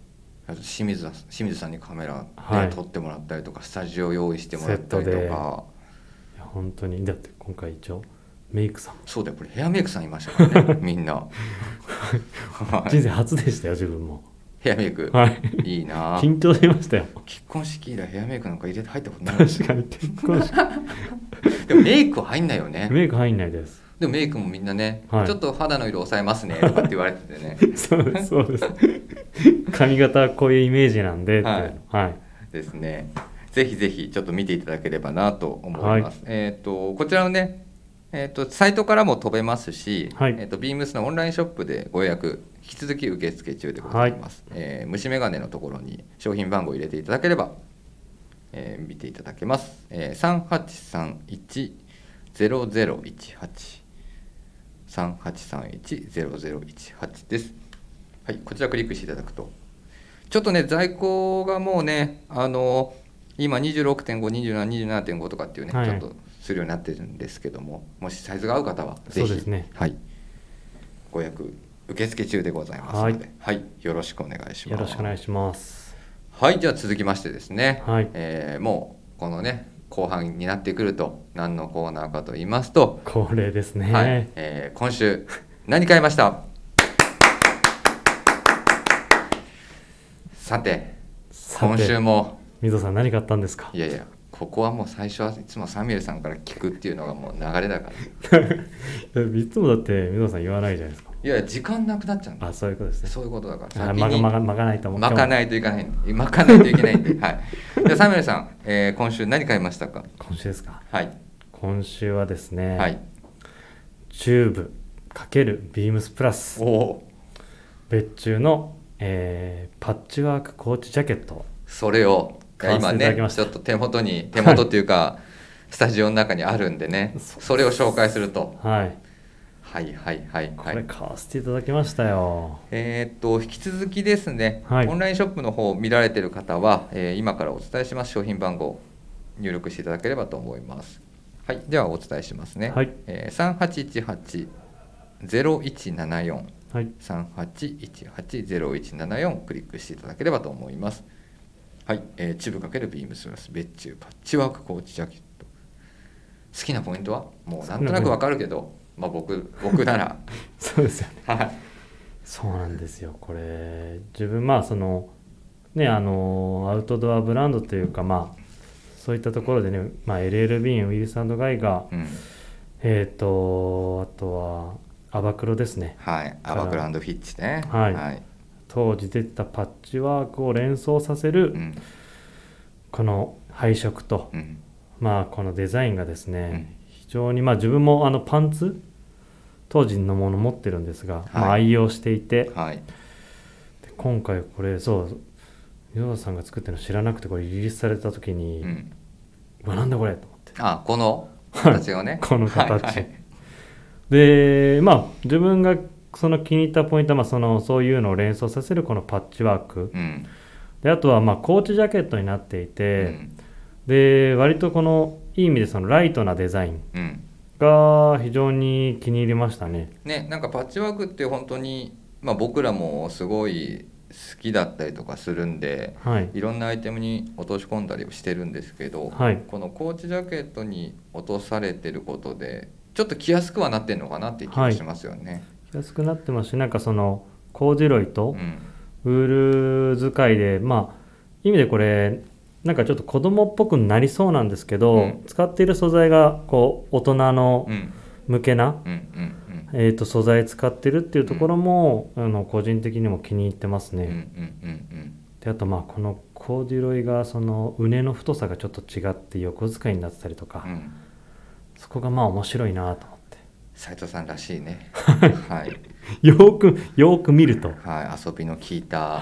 Speaker 1: あと清水さん清水さんにカメラ、ね
Speaker 2: はい
Speaker 1: 撮ってもらったりとかスタジオ用意してもらったり
Speaker 2: セット
Speaker 1: と
Speaker 2: で
Speaker 1: か
Speaker 2: いや本当にだって今回一応メイクさん、
Speaker 1: そうだよこれヘアメイクさんいましたからねみんな、はい
Speaker 2: 人生初でしたよ自分も
Speaker 1: ヘアメイク、
Speaker 2: はい
Speaker 1: い、いな
Speaker 2: 緊張しましたよ
Speaker 1: 結婚式以来ヘアメイクなんか入れて入ったことない
Speaker 2: 確かに結婚
Speaker 1: (laughs)
Speaker 2: 式
Speaker 1: でもメイクは入んないよね
Speaker 2: メイク入んないです
Speaker 1: でもメイクもみんなね、
Speaker 2: はい
Speaker 1: ちょっと肌の色抑えますねとかって言われててね
Speaker 2: そうですそうです髪型はこういうイメージなんでっていうのはい
Speaker 1: ですねぜひぜひちょっと見ていただければなと思います、えっ、とこちらのねえっ、とサイトからも飛べますし、
Speaker 2: はい
Speaker 1: えっ、とビームスのオンラインショップでご予約引き続き受付中でございます、えー虫眼鏡のところに商品番号を入れていただければ、えー見ていただけます、えー、38310018 38310018です。はい、こちらクリックしていただくと、ちょっとね、在庫がもうね、あの今26.5、27、27.5とかっていうね、
Speaker 2: はい
Speaker 1: ちょっとするようになってるんですけども、もしサイズが合う方は、ぜひ、
Speaker 2: そうですね
Speaker 1: はい、ご予約受付中でございますので、はい、よろしくお願いし
Speaker 2: よ
Speaker 1: ます。
Speaker 2: ろしくお願いします
Speaker 1: はい、じゃあ続きましてですね、
Speaker 2: はい
Speaker 1: えーもうこのね、後半になってくると、何のコーナーかと言いますと、
Speaker 2: 恒例ですね、
Speaker 1: はい、えー今週何買いましたさて
Speaker 2: さ
Speaker 1: 今週
Speaker 2: て
Speaker 1: も
Speaker 2: 水戸さん何買ったんですか
Speaker 1: いやいやここはもう最初はいつもサミュエルさんから聞くっていうのがもう流れだから
Speaker 2: いつもだって水戸さん言わないじゃないですか
Speaker 1: いやいや時間なくなっちゃうんだ
Speaker 2: あそういうことですね
Speaker 1: そういうことだから
Speaker 2: あ
Speaker 1: 先
Speaker 2: まが
Speaker 1: に
Speaker 2: まがまがないと思う
Speaker 1: 巻かないといけない巻かないといけないんではいじゃあサミュエルさん、えー今週何買いましたか
Speaker 2: 今日今週ですか
Speaker 1: はい
Speaker 2: 今週はですね、
Speaker 1: はい
Speaker 2: チューブ×ビームスプラス
Speaker 1: おお
Speaker 2: 別注の、えーパッチワークコーチジャケット
Speaker 1: それをいや
Speaker 2: 買わ
Speaker 1: 今
Speaker 2: せていただ
Speaker 1: ね
Speaker 2: きまし
Speaker 1: ち
Speaker 2: た
Speaker 1: ょっと手元
Speaker 2: (laughs)
Speaker 1: に手元っていうかスタジオの中にあるんでね
Speaker 2: そう
Speaker 1: それを紹介すると
Speaker 2: はい
Speaker 1: はいはいはい
Speaker 2: こ
Speaker 1: は
Speaker 2: れ
Speaker 1: い。
Speaker 2: 買わせていただきましたよ、
Speaker 1: えーっと引き続きですね、
Speaker 2: はい
Speaker 1: オンラインショップの方を見られている方は、えー今からお伝えします商品番号を入力していただければと思います。はい、ではお伝えしますね。
Speaker 2: はい
Speaker 1: えー、3818-0174
Speaker 2: はい
Speaker 1: 三八一八ゼロ一七四クリックしていただければと思います。はい、えー、チューブかけるビームスプラス別注パッチワークコーチジャケット。好きなポイントはもうなんとなくわかるけど、まあ僕僕な
Speaker 2: (laughs)
Speaker 1: ら
Speaker 2: そうですよね
Speaker 1: はい。
Speaker 2: そうなんですよこれ自分まあそのねあのアウトドアブランドというかまあそういったところでね、まあ、LLB ウィルスガイが
Speaker 1: うん、
Speaker 2: えっ、とあとはアバクロですね
Speaker 1: はい、アバクランドフィッチね。
Speaker 2: はい当時出てたパッチワークを連想させ
Speaker 1: う
Speaker 2: る
Speaker 1: ん、
Speaker 2: この配色と、
Speaker 1: うん、
Speaker 2: まあこのデザインがですね、非常にまあ自分もあのパンツ当時のもの持ってるんですが、まあ
Speaker 1: はい
Speaker 2: 愛用していて
Speaker 1: はい、
Speaker 2: で今回これそうヨ田さんが作ってるの知らなくてこれリリースされた時に、
Speaker 1: うん。
Speaker 2: うわなんだこれと思って。
Speaker 1: あ、この形をね
Speaker 2: この形
Speaker 1: はいはい
Speaker 2: でまあ自分がその気に入ったポイントは、まあ、そのそういうのを連想させるこのパッチワーク
Speaker 1: うん、
Speaker 2: であとはまあコーチジャケットになっていて、で割とこのいい意味でそのライトなデザイン
Speaker 1: うん、うん。
Speaker 2: が非常に気に入りましたね
Speaker 1: ね、なんかパッチワークって本当に、まあ、僕らもすごい好きだったりとかするんで
Speaker 2: はい
Speaker 1: いろんなアイテムに落とし込んだりしてるんですけど、
Speaker 2: はい
Speaker 1: このコーチジャケットに落とされてることでちょっと着やすくはなってるのかなっていう気がしますよね。
Speaker 2: 着やすくなってますしなんかそのコージロイと
Speaker 1: うん
Speaker 2: ウール使いでまあ意味でこれなんかちょっと子供っぽくなりそうなんですけど、
Speaker 1: うん
Speaker 2: 使っている素材がこう大人の
Speaker 1: うん
Speaker 2: 向けな、
Speaker 1: うんうん
Speaker 2: えー、と素材使ってるっていうところも、あの個人的にも気に入ってます
Speaker 1: うんうんうん
Speaker 2: ね、であとまあこのコーデュロイがその畝の太さがちょっと違って横使いになってたりとか、
Speaker 1: うん、
Speaker 2: そこがまあ面白いなと思って (laughs)
Speaker 1: 斉藤さんらしいねはい、
Speaker 2: よーくよーく見ると
Speaker 1: はい、遊びの効いた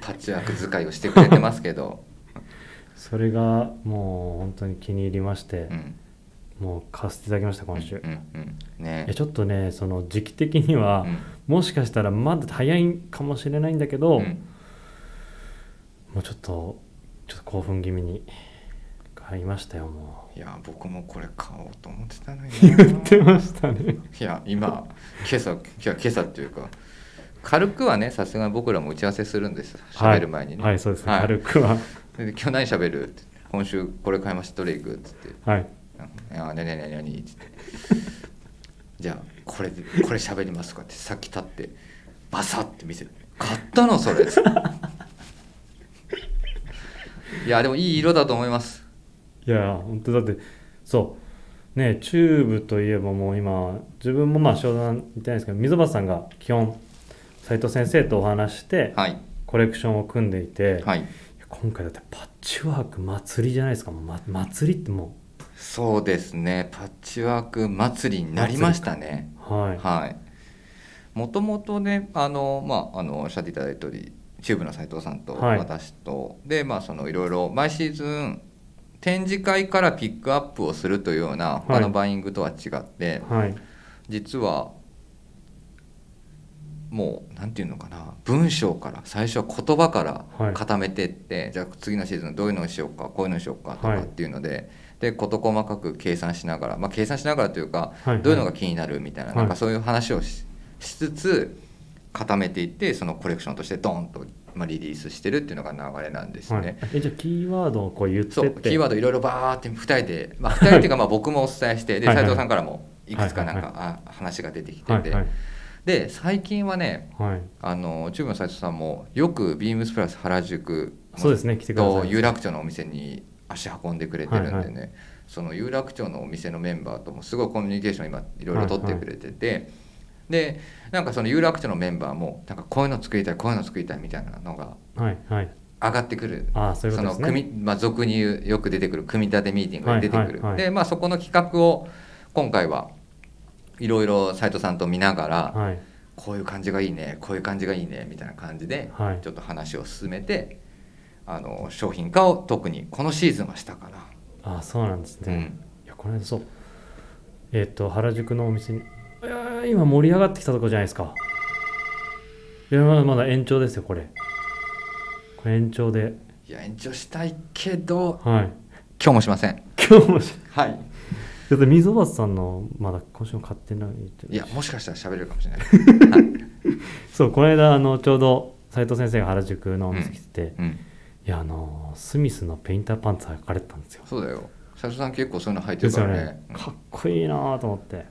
Speaker 1: パッチワーク使いをしてくれてますけど、
Speaker 2: それがもう本当に気に入りまして
Speaker 1: う、ん、
Speaker 2: もう買わせていただきました今週、
Speaker 1: うんうんうん、ね
Speaker 2: いやちょっとねその時期的には、
Speaker 1: うん
Speaker 2: もしかしたらまだ早いかもしれないんだけど、
Speaker 1: うん
Speaker 2: もうちょっとちょっと興奮気味に買いましたよも
Speaker 1: いや僕もこれ買おうと思ってたのにな
Speaker 2: う言ってましたね
Speaker 1: いや今今朝今日今朝っていうか軽くはねさすがに僕らも打ち合わせするんです喋る前にね、
Speaker 2: はい、はい、そうですね、
Speaker 1: はい
Speaker 2: 軽くは
Speaker 1: で今日何喋るって今週これ買いましたどれ行くっつって
Speaker 2: はい
Speaker 1: 「ああ何何何何」っつって「じゃあこれでこれ喋ります」とかってさっき立ってバサッて見せて「買ったのそれ」っつっていやでもいい色だと思います
Speaker 2: いや本当だってそうねチューブといえばもう今自分もまあ商談行ってないですけど溝端さんが基本斉藤先生とお話しして
Speaker 1: はい
Speaker 2: コレクションを組んでいて、
Speaker 1: はい
Speaker 2: 今回だってパッチワーク祭りじゃないですかもう、ま、祭りっても
Speaker 1: そうですねパッチワーク祭りになりましたね
Speaker 2: うはい、
Speaker 1: はいもともとねあのまああのおっしゃっていただいた通りチューブの斉藤さんと
Speaker 2: はい
Speaker 1: 私と、でまあそのいろいろ毎シーズン展示会からピックアップをするというような他のバイングとは違って、
Speaker 2: はい、
Speaker 1: 実はもうなんていうのかな文章から最初は言葉か
Speaker 2: はい
Speaker 1: ら固めてって、じゃあ次のシーズンどういうのにしようかこういうのにしようかと
Speaker 2: はい
Speaker 1: かっていうので、で事細かく計算しながら、まあ、計算しながらというか、
Speaker 2: はいはい
Speaker 1: どういうのが気になるみたいな,、
Speaker 2: はい
Speaker 1: なんかそういう話をししつつ固めていってそのコレクションとしてドンと、まあ、リリースしてるっていうのが流れなんですね。
Speaker 2: はい、えじゃあキーワードをこう言ってって
Speaker 1: そうキーワードいろいろバーって2人で、まあ、2人っていうかまあ僕もお伝えしてで
Speaker 2: はいはい
Speaker 1: 斉藤さんからもいくつかなんか、
Speaker 2: は
Speaker 1: あ話が出てきてて、
Speaker 2: はいはい
Speaker 1: で最近はね
Speaker 2: はい
Speaker 1: あのチューブの斉藤さんもよくビームスプラス原宿
Speaker 2: そうですね来てくださ
Speaker 1: と
Speaker 2: い
Speaker 1: 有楽町のお店に足運んでくれてるんでね、
Speaker 2: はい
Speaker 1: その有楽町のお店のメンバーともすごいコミュニケーション今いろいろ取ってくれてて、でなんかその有楽町のメンバーもなんかこういうの作りたいこういうの作りたいみたいなのが
Speaker 2: はいはい
Speaker 1: 上がってくる
Speaker 2: ああそういう
Speaker 1: そ
Speaker 2: ことで
Speaker 1: の
Speaker 2: すね
Speaker 1: 組みまあ、俗に言うよく出てくる組み立てミーティング
Speaker 2: は
Speaker 1: が
Speaker 2: い
Speaker 1: 出てくる、
Speaker 2: はいはい
Speaker 1: でまあそこの企画を今回はいろいろ斉藤さんと見ながら、
Speaker 2: はい
Speaker 1: こういう感じがいいねこういう感じがいいねみたいな感じで
Speaker 2: はい
Speaker 1: ちょっと話を進めてあの商品化を特にこのシーズンはしたかな、
Speaker 2: ああそうなんです
Speaker 1: う
Speaker 2: ね、
Speaker 1: ん、
Speaker 2: いやこの間そうえっ、と原宿のお店にいやー今盛り上がってきたとこじゃないですかいやまだまだ延長ですよこれこれ延長で
Speaker 1: いや延長したいけど
Speaker 2: はい (laughs)
Speaker 1: 今日もしません
Speaker 2: 今日もし
Speaker 1: はい
Speaker 2: だって溝端さんのまだ今週も買ってないって
Speaker 1: いやもしかしたら喋れるかもしれない、はい
Speaker 2: そうこの間あのちょうど斉藤先生が原宿のお店来てて、い
Speaker 1: うん、
Speaker 2: やあのスミスのペインターパンツ履かれてたんですよ
Speaker 1: そうだよ斉藤さん結構そういうの履いて
Speaker 2: で
Speaker 1: る
Speaker 2: す
Speaker 1: か
Speaker 2: よ
Speaker 1: ら
Speaker 2: ね
Speaker 1: ねうん
Speaker 2: かっこいいなーと思って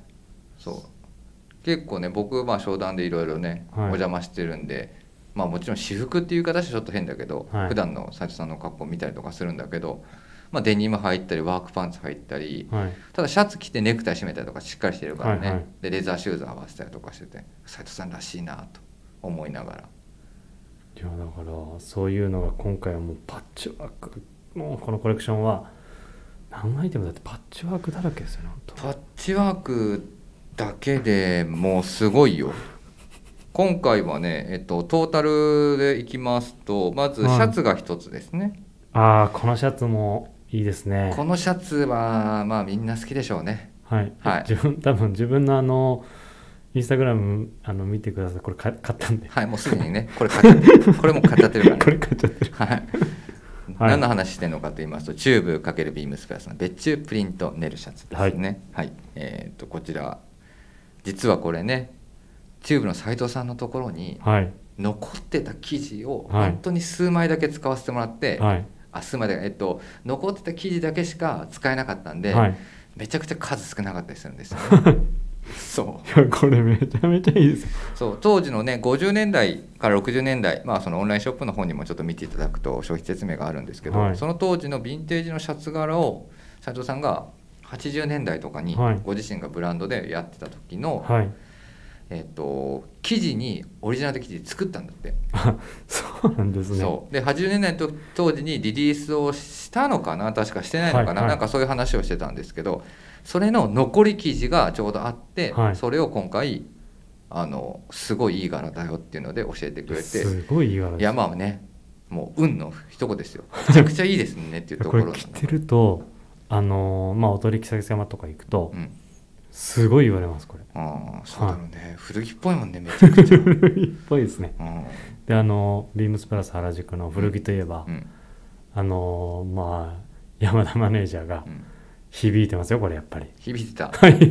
Speaker 1: そう結構ね僕まあ商談でいろいろね、
Speaker 2: はい
Speaker 1: お邪魔してるんでまあもちろん私服っていう形はちょっと変だけど、
Speaker 2: はい
Speaker 1: 普段の斉藤さんの格好見たりとかするんだけど、まあ、デニム入ったりワークパンツ入ったり
Speaker 2: はい
Speaker 1: ただシャツ着てネクタイ締めたりとかしっかりしてるからね、
Speaker 2: はいはい
Speaker 1: でレザーシューズ合わせたりとかしてて斉藤さんらしいなと思いながら
Speaker 2: いやだからそういうのが今回はもうパッチワークもうこのコレクションは何アイテムだってパッチワークだらけですよね
Speaker 1: パッチワークだけでもうすごいよ今回はね、えっと、トータルでいきますとまずシャツが一つですね、
Speaker 2: ああーこのシャツもいいですね
Speaker 1: このシャツはまあみんな好きでしょうね
Speaker 2: はい、
Speaker 1: はい
Speaker 2: 自分多分自分のあのインスタグラムあの見てくださいこれか買ったんで
Speaker 1: はいもうすでにねこれ買っちゃ (laughs) ってるこれもう買っちゃってるからね
Speaker 2: (laughs) これ買っちゃってる
Speaker 1: はい
Speaker 2: はい
Speaker 1: 何の話してるのかと言いますとチューブ×ビームスプラスの別注プリントネルシャツですねはい、えー、とこちら実はこれねチューブの斉藤さんのところに
Speaker 2: はい
Speaker 1: 残ってた生地を
Speaker 2: はい
Speaker 1: 本当に数枚だけ使わせてもらって、
Speaker 2: はい
Speaker 1: あ数枚だけえっと残ってた生地だけしか使えなかったんで、
Speaker 2: はい
Speaker 1: めちゃくちゃ数少なかったりするんですよ、
Speaker 2: (laughs)
Speaker 1: そう
Speaker 2: いやこれめちゃめちゃいいですよ
Speaker 1: そう当時のね50年代から60年代、まあ、そのオンラインショップの方にもちょっと見ていただくと消費説明があるんですけど、
Speaker 2: はい
Speaker 1: その当時のヴィンテージのシャツ柄を斉藤さんが80年代とかに
Speaker 2: はい
Speaker 1: ご自身がブランドでやってた時の
Speaker 2: はい
Speaker 1: えっと生地にオリジナルの生地作ったんだって、
Speaker 2: そうなんですね。
Speaker 1: そうで80年代のと当時にリリースをしたのかな確かしてないのかな、
Speaker 2: はいはい
Speaker 1: なんかそういう話をしてたんですけどそれの残り生地がちょうどあって、
Speaker 2: はい
Speaker 1: それを今回あのすごいいい柄だよっていうので教えてくれて
Speaker 2: すごいいい柄です。
Speaker 1: いやまあねもう運の一言
Speaker 2: (laughs)
Speaker 1: ですよめちゃくちゃいいですねっていうと
Speaker 2: こ
Speaker 1: こ
Speaker 2: れ
Speaker 1: ろ
Speaker 2: 着てると、あのーまあ、お取引先様とか行くと
Speaker 1: う、ん
Speaker 2: すごい言われま
Speaker 1: (laughs)
Speaker 2: す、これ。
Speaker 1: ああそうだろうね、古着っぽいもんねめ
Speaker 2: (laughs)
Speaker 1: ちゃくちゃ、うん
Speaker 2: いっぱいですね。で、あのービームスプラス原宿の古着といえば、
Speaker 1: うん
Speaker 2: あのーまあ、山田マネージャーが
Speaker 1: うん、
Speaker 2: 響いてますよ、これ、やっぱり。
Speaker 1: 響いてた
Speaker 2: はい。 (laughs)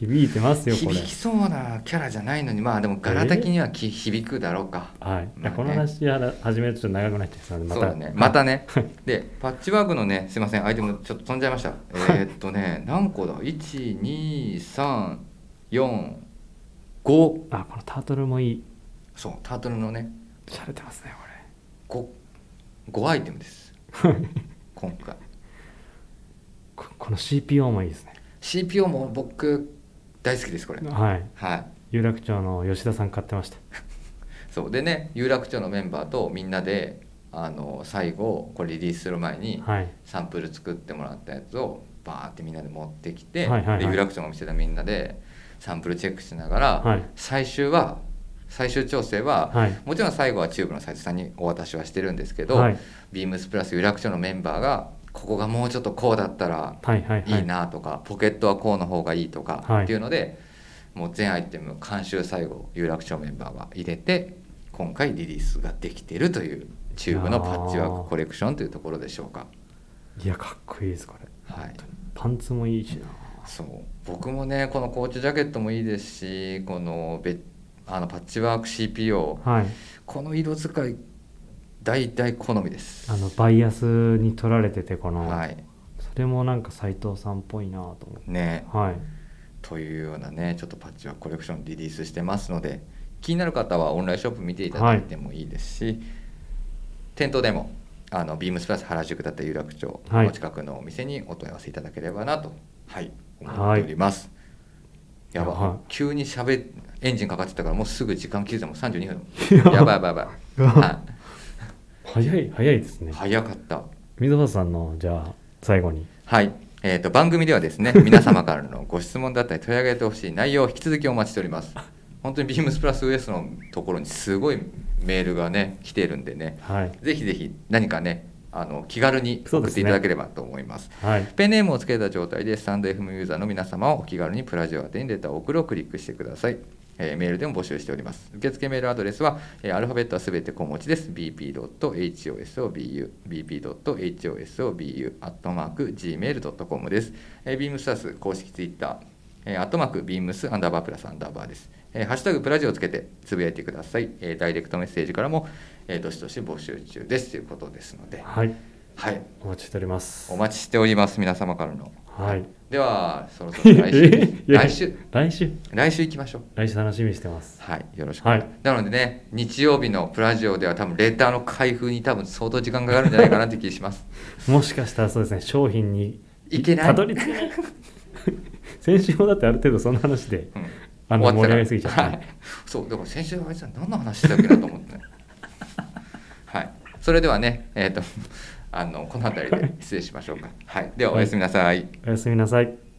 Speaker 2: 響いてますよ、これ
Speaker 1: 響。きそうなキャラじゃないのにまあでも柄的にはき、響くだろうか
Speaker 2: はい。い
Speaker 1: まあ
Speaker 2: や
Speaker 1: ね
Speaker 2: この話やら始めるとちょっと長くなっちゃいそうなんで、
Speaker 1: そう
Speaker 2: また。
Speaker 1: だね、またね、で、パッチワークのね、すみません、アイテムちょっと飛んじゃいました。えーっとね、何個だ、1、2、3、4、5、
Speaker 2: あ、このタートルもいい。
Speaker 1: そう、タートルのね、
Speaker 2: しゃれてますね、これ。
Speaker 1: 5、5アイテムです、今回。
Speaker 2: ここの CPO もいいですね
Speaker 1: CPO も僕、大好きです、これ。
Speaker 2: はい
Speaker 1: はい、
Speaker 2: 有楽町の吉田さん買ってました
Speaker 1: そうでね、有楽町のメンバーとみんなで、あの最後、これリリースする前に、
Speaker 2: はい
Speaker 1: サンプル作ってもらったやつをバーってみんなで持ってきて、
Speaker 2: はいはいはい
Speaker 1: で有楽町のお店でみんなでサンプルチェックしながら、
Speaker 2: はい
Speaker 1: 最終は最終調整は、
Speaker 2: はい
Speaker 1: もちろん最後はチューブの斉藤さんにお渡しはしてるんですけど、
Speaker 2: はい
Speaker 1: ビームスプラス有楽町のメンバーがここがもうちょっとこうだったら
Speaker 2: はいはいはい
Speaker 1: いなとか、ポケットはこうの方がいいとか、
Speaker 2: はい
Speaker 1: っていうのでもう全アイテム監修最後有楽町メンバーが入れて今回リリースができてるというチューブのパッチワークコレクションというところでしょうか。
Speaker 2: いやかっこいいですこれ
Speaker 1: はい、
Speaker 2: パンツもいいしな
Speaker 1: そう僕もねこのコーチジャケットもいいですしこのべあのパッチワーク CPO
Speaker 2: はい
Speaker 1: この色使い大体好みです
Speaker 2: あのバイアスに取られててこの、
Speaker 1: はい
Speaker 2: それもなんか斎藤さんっぽいなと思って
Speaker 1: ね
Speaker 2: はい
Speaker 1: というようなねちょっとパッチワークコレクションリリースしてますので気になる方はオンラインショップ見ていただいてもいいですし、店頭でもあのビームスプラス原宿だったり有楽町
Speaker 2: はい
Speaker 1: お近くのお店にお問い合わせいただければなと、はい、思っております、やば、
Speaker 2: はい
Speaker 1: 急にしゃべエンジンかかってたからもうすぐ時間切れてもう32
Speaker 2: い (laughs) や
Speaker 1: 分やばいやばいやばい、
Speaker 2: (laughs)
Speaker 1: は
Speaker 2: 早い早いです
Speaker 1: い、
Speaker 2: ね
Speaker 1: 早かった
Speaker 2: 水端さんのじゃあ最後に
Speaker 1: はい、えー、と番組ではですね皆様からのご質問だったり取り上げてほしい内容を引き続きお待ちしております本当にビームスプラスウエストのところにすごいメールがね来てるんでね
Speaker 2: はい
Speaker 1: ぜひぜひ何かねあの気軽に
Speaker 2: そう
Speaker 1: 送っ
Speaker 2: です
Speaker 1: て
Speaker 2: ね
Speaker 1: いただければと思います
Speaker 2: はい
Speaker 1: ペンネームをつけた状態でスタンド FM ユーザーの皆様はお気軽にプラジオ宛てにレターを送るをクリックしてください、えーメールでも募集しております受付メールアドレスは、えーアルファベットはすべて小文字です bp.hosobu bp.hosobu アットマーク gmail.com です、えー、ビームスタス公式ツイッター、えー、アットマークビームスアンダーバープラスアンダーバーですえーハッシュタグプラジオをつけてつぶやいてください。えーダイレクトメッセージからも、えーどしどし募集中ですということですので、
Speaker 2: はい
Speaker 1: はい、
Speaker 2: お待ちしております
Speaker 1: お待ちしております、皆様からの
Speaker 2: はい
Speaker 1: ではそろそろ
Speaker 2: (laughs)
Speaker 1: 来週
Speaker 2: いや
Speaker 1: 来週
Speaker 2: 来週
Speaker 1: 来週行きましょう
Speaker 2: 来週楽しみにしてます
Speaker 1: はいよろしく、
Speaker 2: はい
Speaker 1: なのでね日曜日のプラジオでは多分レターの開封に多分相当時間かかるんじゃないかなって気がします
Speaker 2: (laughs) もしかしたらそうですね商品に
Speaker 1: いけない
Speaker 2: たどり着けない (laughs) 先週もだってある程度そんな話で、
Speaker 1: うん
Speaker 2: あの
Speaker 1: 終わった
Speaker 2: 盛り上
Speaker 1: ら
Speaker 2: がりすぎちゃった、
Speaker 1: はい、そうだから先週あいつは何の話してたっけなと思ってね (laughs) はいそれではね (laughs) えっ、とあのこの辺りで失礼しましょうかはいではおやすみなさい
Speaker 2: おやすみなさい